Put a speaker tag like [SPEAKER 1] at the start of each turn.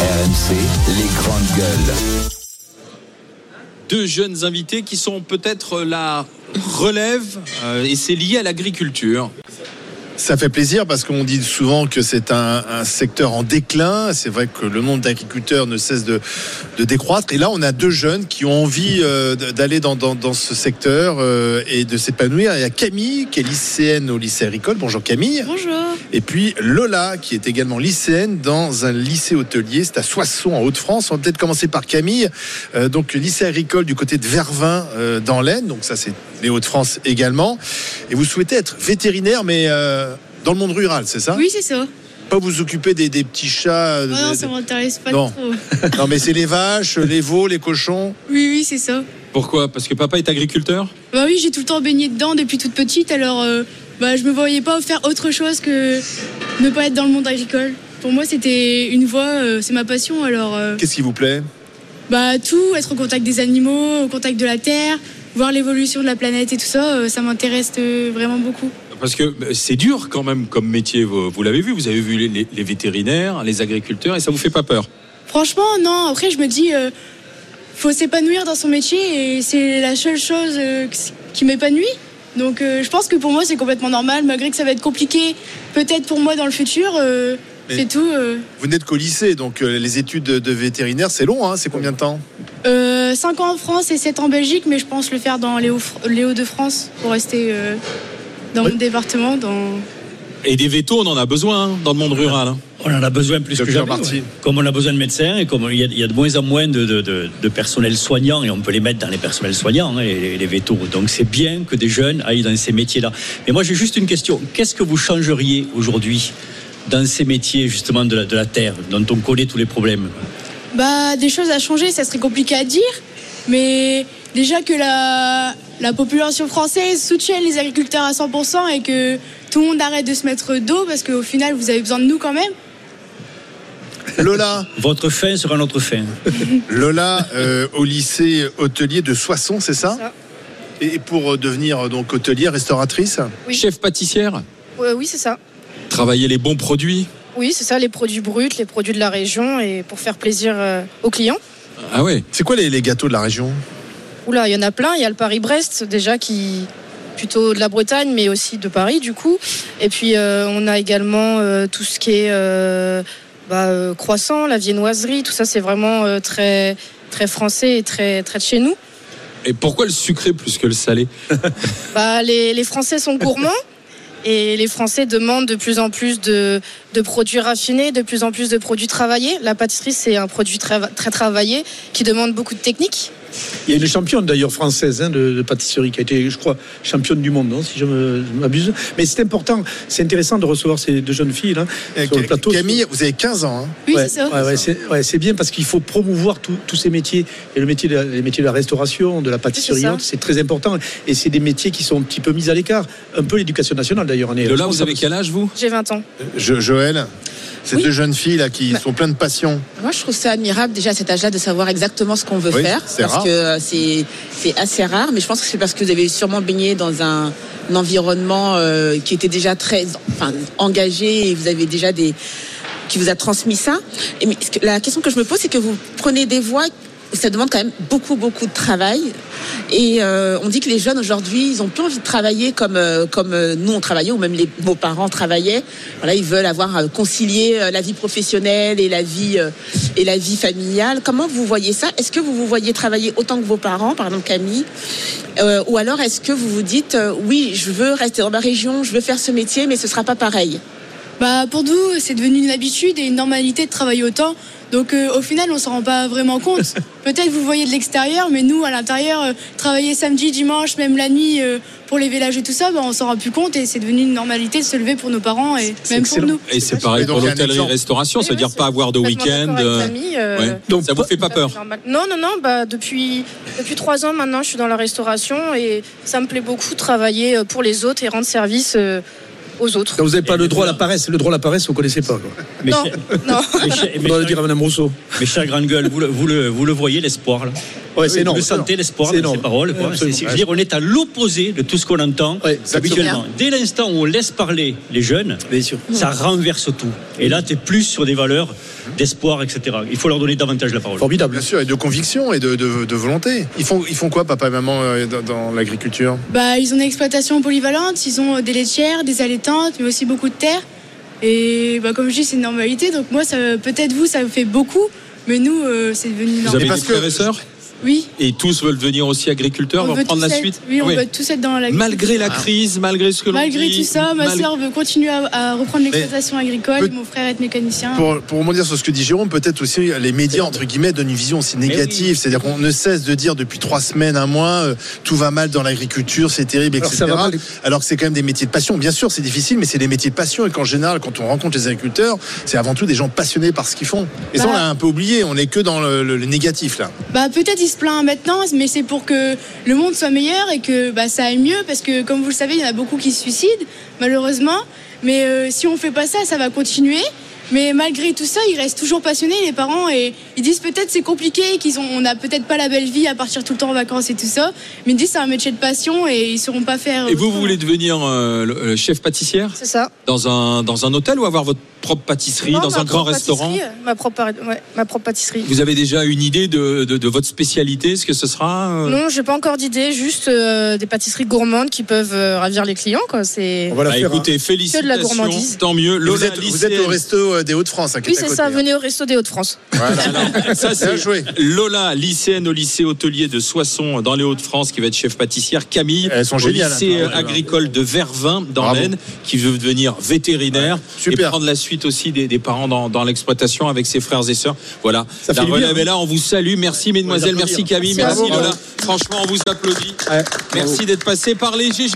[SPEAKER 1] RMC, les grandes gueules.
[SPEAKER 2] Deux jeunes invités qui sont peut-être la relève euh, et c'est lié à l'agriculture.
[SPEAKER 3] Ça fait plaisir parce qu'on dit souvent que c'est un, un, secteur en déclin. C'est vrai que le nombre d'agriculteurs ne cesse de, de, décroître. Et là, on a deux jeunes qui ont envie euh, d'aller dans, dans, dans, ce secteur euh, et de s'épanouir. Il y a Camille qui est lycéenne au lycée agricole. Bonjour Camille.
[SPEAKER 4] Bonjour.
[SPEAKER 3] Et puis Lola qui est également lycéenne dans un lycée hôtelier. C'est à Soissons en Haute-France. On va peut-être commencer par Camille. Euh, donc lycée agricole du côté de Vervins euh, dans l'Aisne. Donc ça, c'est les Hauts-de-France également. Et vous souhaitez être vétérinaire, mais euh, dans le monde rural, c'est ça
[SPEAKER 4] Oui, c'est ça.
[SPEAKER 3] Pas vous occuper des, des petits chats. euh,
[SPEAKER 4] Oh non,
[SPEAKER 3] des...
[SPEAKER 4] ça m'intéresse pas
[SPEAKER 3] non.
[SPEAKER 4] trop.
[SPEAKER 3] non, mais c'est les vaches, les veaux, les cochons.
[SPEAKER 4] Oui, oui, c'est ça.
[SPEAKER 2] Pourquoi Parce que papa est agriculteur
[SPEAKER 4] Bah oui, j'ai tout le temps baigné dedans depuis toute petite, alors euh, bah, je me voyais pas faire autre chose que ne pas être dans le monde agricole. Pour moi, c'était une voie, euh, c'est ma passion, alors. Euh,
[SPEAKER 3] Qu'est-ce qui vous plaît
[SPEAKER 4] Bah tout, être au contact des animaux, au contact de la terre, voir l'évolution de la planète et tout ça, euh, ça m'intéresse euh, vraiment beaucoup
[SPEAKER 2] parce que euh, c'est dur quand même comme métier. Vous, vous l'avez vu, vous avez vu les, les, les, vétérinaires, les agriculteurs, et ça vous fait pas peur
[SPEAKER 4] Franchement, non. Après, je me dis, euh, faut s'épanouir dans son métier, et c'est la seule chose euh, qui m'épanouit. Donc, euh, je pense que pour moi, c'est complètement normal, malgré que ça va être compliqué, peut-être pour moi dans le futur. euh, c'est tout. euh,
[SPEAKER 3] Vous n'êtes qu'au lycée, donc euh, les études de vétérinaire, c'est long, hein c'est combien de temps
[SPEAKER 4] 5 euh, ans en France et 7 en Belgique, mais je pense le faire dans les Hauts-de-France pour rester euh, dans oui. mon département. Dans...
[SPEAKER 2] Et des vétos, on en a besoin hein, dans le monde rural. Hein.
[SPEAKER 5] On en a besoin plus
[SPEAKER 3] Docteur
[SPEAKER 5] que jamais.
[SPEAKER 3] Ouais.
[SPEAKER 5] Comme on a besoin de médecins et comme il y, a, il y a de moins en moins de, de, de, de, personnel soignant et on peut les mettre dans les personnels soignants, hein, les, les vétos. Donc c'est bien que des jeunes aillent dans ces métiers-là. Mais moi j'ai juste une question. Qu'est-ce que vous changeriez aujourd'hui dans ces métiers justement de la, de la terre, dont on connaît tous les problèmes
[SPEAKER 4] Bah des choses à changer, ça serait compliqué à dire, mais déjà que la, la population française soutienne les agriculteurs à 100% et que tout le monde arrête de se mettre d'eau parce qu'au final, vous avez besoin de nous quand même.
[SPEAKER 3] Lola.
[SPEAKER 5] Votre fin sera notre fin.
[SPEAKER 3] Lola, euh, au lycée hôtelier de Soissons, c'est ça, ça, Et pour euh, devenir donc hôtelière, restauratrice
[SPEAKER 2] oui. Chef pâtissière
[SPEAKER 6] euh, Oui, c'est ça.
[SPEAKER 2] Travailler les bons produits
[SPEAKER 6] Oui, c'est ça, les produits bruts, les produits de la région et pour faire plaisir euh, aux clients.
[SPEAKER 2] Ah ouais
[SPEAKER 3] C'est quoi les, les gâteaux de la région
[SPEAKER 6] Oula, il y en a plein. Il y a le Paris-Brest, déjà, qui plutôt de la Bretagne, mais aussi de Paris, du coup. Et puis, euh, on a également euh, tout ce qui est euh, bah, croissant, la viennoiserie, tout ça, c'est vraiment euh, très, très français et très, très de chez nous.
[SPEAKER 2] Et pourquoi le sucré plus que le salé
[SPEAKER 6] bah, les, les Français sont gourmands. Et les Français demandent de plus en plus de, de, produits raffinés, de plus en plus de produits travaillés. La pâtisserie, c'est un produit très, très, travaillé qui demande beaucoup de technique.
[SPEAKER 7] Il y a une championne d'ailleurs française hein, de, de, pâtisserie qui a été, je crois, championne du monde, hein, si je m'abuse. Mais c'est important, c'est intéressant de recevoir ces deux jeunes filles là, euh, sur le plateau.
[SPEAKER 3] Camille, vous avez 15 ans. Hein
[SPEAKER 4] oui,
[SPEAKER 7] ouais,
[SPEAKER 4] c'est ça.
[SPEAKER 7] Ouais, c'est ouais, bien parce qu'il faut promouvoir tous ces métiers. Et le métier de la, les métiers de la restauration, de la pâtisserie, c'est très important. Et c'est des métiers qui sont un petit peu mis à l'écart. Un peu l'éducation nationale d'ailleurs.
[SPEAKER 2] Lola, vous avez quel âge vous
[SPEAKER 6] J'ai 20 ans.
[SPEAKER 3] Je, Joël ces oui. deux jeunes filles là qui bah, sont pleines de passion.
[SPEAKER 8] Moi, je trouve ça admirable déjà à cet âge-là de savoir exactement ce qu'on veut
[SPEAKER 3] oui,
[SPEAKER 8] faire, parce
[SPEAKER 3] rare.
[SPEAKER 8] que euh, c'est assez rare. Mais je pense que c'est parce que vous avez sûrement baigné dans un, un environnement euh, qui était déjà très enfin, engagé et vous avez déjà des qui vous a transmis ça. Et mais, la question que je me pose, c'est que vous prenez des voies ça demande quand même beaucoup beaucoup de travail et euh, on dit que les jeunes aujourd'hui ils ont plus envie de travailler comme euh, comme euh, nous on travaillait ou même les beaux parents travaillaient voilà ils veulent avoir euh, concilié la vie professionnelle et la vie euh, et la vie familiale comment vous voyez ça est-ce que vous vous voyez travailler autant que vos parents par exemple Camille Euh, ou alors est-ce que vous vous dites euh, oui je veux rester dans ma région je veux faire ce métier mais ce sera pas pareil
[SPEAKER 4] bah pour nous, c'est devenu une habitude et une normalité de travailler autant. Donc euh, au final, on s'en rend pas vraiment compte. Peut-être vous voyez de l'extérieur, mais nous, à l'intérieur, euh, travailler samedi, dimanche, même la nuit euh, pour les villages et tout ça, bah, on s'en rend plus compte et c'est devenu une normalité de se lever pour nos parents et même
[SPEAKER 3] excellent.
[SPEAKER 4] pour nous.
[SPEAKER 2] Et c'est pareil pour l'hôtellerie-restauration, c'est-à-dire oui, pas avoir de week-end. euh,
[SPEAKER 6] Ouais.
[SPEAKER 2] Donc ça vous fait pas peur
[SPEAKER 6] Non, non, non. Bah depuis depuis trois ans maintenant, je suis dans la restauration et ça me plaît beaucoup travailler euh, pour les autres et rendre service. euh, Aux autres.
[SPEAKER 7] Donc vous n'avez pas le droit à la paresse. Le droit à la paresse, vous ne connaissez pas. Quoi.
[SPEAKER 6] Mais non, non.
[SPEAKER 7] Mais, mais, on doit le dire à Mme Rousseau.
[SPEAKER 5] Mes chers grandes gueules, vous le, vous le, vous le voyez, l'espoir, là
[SPEAKER 7] Ouais,
[SPEAKER 5] Vous
[SPEAKER 7] c'est énorme.
[SPEAKER 5] sentez l'espoir
[SPEAKER 7] C'est
[SPEAKER 5] dans ces
[SPEAKER 7] énorme.
[SPEAKER 5] paroles. quoi.
[SPEAKER 7] Ouais,
[SPEAKER 5] C'est-
[SPEAKER 7] absolument.
[SPEAKER 5] c'est- je veux dire, on est à l'opposé de tout ce qu'on entend
[SPEAKER 7] Ouais, exactement.
[SPEAKER 5] habituellement. Dès l'instant où on laisse parler les jeunes,
[SPEAKER 7] Bien sûr.
[SPEAKER 5] ça renverse tout. Et là, tu es plus sur des valeurs d'espoir, etc. Il faut leur donner davantage la parole.
[SPEAKER 7] Formidable.
[SPEAKER 3] Bien sûr, et de conviction et de, de- de volonté. Ils font, ils font quoi, papa et maman, euh, dans, dans l'agriculture
[SPEAKER 4] Bah, ils ont une exploitation polyvalente, ils ont euh, des laitières, des allaitantes, mais aussi beaucoup de terre. Et bah, comme je dis, c'est une normalité. Donc moi, ça, peut-être vous, ça vous fait beaucoup, mais nous, euh, c'est devenu
[SPEAKER 2] Vous avez
[SPEAKER 4] normal.
[SPEAKER 2] des
[SPEAKER 3] parce que-
[SPEAKER 2] frères et sœurs
[SPEAKER 4] Oui.
[SPEAKER 2] et tous veulent devenir aussi agriculteurs,
[SPEAKER 4] on
[SPEAKER 2] vont
[SPEAKER 4] veut
[SPEAKER 2] prendre
[SPEAKER 4] tous
[SPEAKER 2] la
[SPEAKER 4] être-
[SPEAKER 2] suite.
[SPEAKER 4] Oui, on
[SPEAKER 2] Oui.
[SPEAKER 4] veut tous être dans la
[SPEAKER 2] Malgré la
[SPEAKER 3] Ah.
[SPEAKER 2] crise, malgré ce que l'on dit.
[SPEAKER 4] Malgré tout ça, ma
[SPEAKER 2] malgré-
[SPEAKER 4] sœur veut continuer à, à reprendre l'exploitation agricole,
[SPEAKER 3] peut-
[SPEAKER 4] mon frère être mécanicien.
[SPEAKER 3] pour, pour rebondir sur ce que dit Jérôme, peut-être aussi les médias, entre guillemets, donnent une vision aussi négative. C'est-à-dire qu'on ne cesse de dire depuis trois semaines, un mois, euh, tout va mal dans l'agriculture, c'est terrible,
[SPEAKER 7] Alors,
[SPEAKER 3] etc.
[SPEAKER 7] ça va
[SPEAKER 3] Alors,
[SPEAKER 7] mal.
[SPEAKER 3] que c'est quand même des métiers de passion. Bien sûr, c'est difficile, mais c'est des métiers de passion. Et qu'en général, quand on rencontre les agriculteurs, c'est avant tout des gens passionnés par ce qu'ils font. Et ça, on
[SPEAKER 4] Bah.
[SPEAKER 3] l'a un peu oublié. On n'est que dans le, le- le négatif, là.
[SPEAKER 4] Bah peut-être il se plaint maintenant, mais c'est pour que le monde soit meilleur et que bah, ça aille mieux, parce que comme vous le savez, il y en a beaucoup qui se suicident, malheureusement. Mais euh, si on fait pas ça, ça va continuer. Mais malgré tout ça, ils restent toujours passionnés, les parents, et ils disent peut-être c'est compliqué, qu'ils ont, on n'a peut-être pas la belle vie à partir tout le temps en vacances et tout ça, mais ils disent c'est un métier de passion et ils sauront pas faire.
[SPEAKER 2] Et vous, vous
[SPEAKER 4] autrement.
[SPEAKER 2] voulez devenir euh, le- le chef pâtissière
[SPEAKER 6] C'est ça.
[SPEAKER 2] dans un, dans un hôtel ou avoir votre propre pâtisserie
[SPEAKER 6] Non,
[SPEAKER 2] dans
[SPEAKER 6] ma
[SPEAKER 2] un grand
[SPEAKER 6] propre
[SPEAKER 2] restaurant
[SPEAKER 6] pâtisserie, euh, Ma propre, par- ouais, ma propre pâtisserie.
[SPEAKER 2] Vous avez déjà une idée de, de, de votre spécialité, ce que ce sera euh,
[SPEAKER 6] Non, j'ai pas encore d'idée, juste euh, des pâtisseries gourmandes qui peuvent euh, ravir les clients, quoi. C'est.
[SPEAKER 7] On va la
[SPEAKER 2] Bah,
[SPEAKER 7] faire. hein.
[SPEAKER 2] écoutez, félicitations,
[SPEAKER 6] gourmandise.
[SPEAKER 2] tant mieux.
[SPEAKER 3] Et Vous
[SPEAKER 2] Lola
[SPEAKER 3] êtes, vous
[SPEAKER 2] Lycéenne.
[SPEAKER 3] êtes au resto euh, des Hauts-de-France, hein, qui
[SPEAKER 6] Oui,
[SPEAKER 3] est à
[SPEAKER 6] c'est
[SPEAKER 3] côté,
[SPEAKER 6] ça,
[SPEAKER 3] hein.
[SPEAKER 6] venez au resto des Hauts-de-France.
[SPEAKER 2] Alors, ça,
[SPEAKER 3] Bien
[SPEAKER 2] c'est
[SPEAKER 3] joué.
[SPEAKER 2] Lola, lycéenne au lycée hôtelier de Soissons dans les Hauts-de-France, qui va être chef pâtissière. Camille,
[SPEAKER 3] Elles sont
[SPEAKER 2] au
[SPEAKER 3] géniales,
[SPEAKER 2] lycée
[SPEAKER 3] hein.
[SPEAKER 2] agricole de Vervin dans
[SPEAKER 3] Bravo.
[SPEAKER 2] l'Aisne, qui veut devenir vétérinaire
[SPEAKER 3] Ouais,
[SPEAKER 2] et
[SPEAKER 3] super.
[SPEAKER 2] prendre la suite aussi des, des parents dans, dans l'exploitation avec ses frères et sœurs. Voilà,
[SPEAKER 7] Ça
[SPEAKER 2] la
[SPEAKER 7] fait du bien,
[SPEAKER 2] relève
[SPEAKER 7] hein.
[SPEAKER 2] est là. On vous salue. Merci, mesdemoiselles.
[SPEAKER 7] applaudir.
[SPEAKER 2] Merci, Camille.
[SPEAKER 6] Merci à
[SPEAKER 2] Merci,
[SPEAKER 6] vous.
[SPEAKER 2] Lola. Franchement, on vous applaudit.
[SPEAKER 7] Ouais, bravo.
[SPEAKER 2] Merci d'être passé par les GG.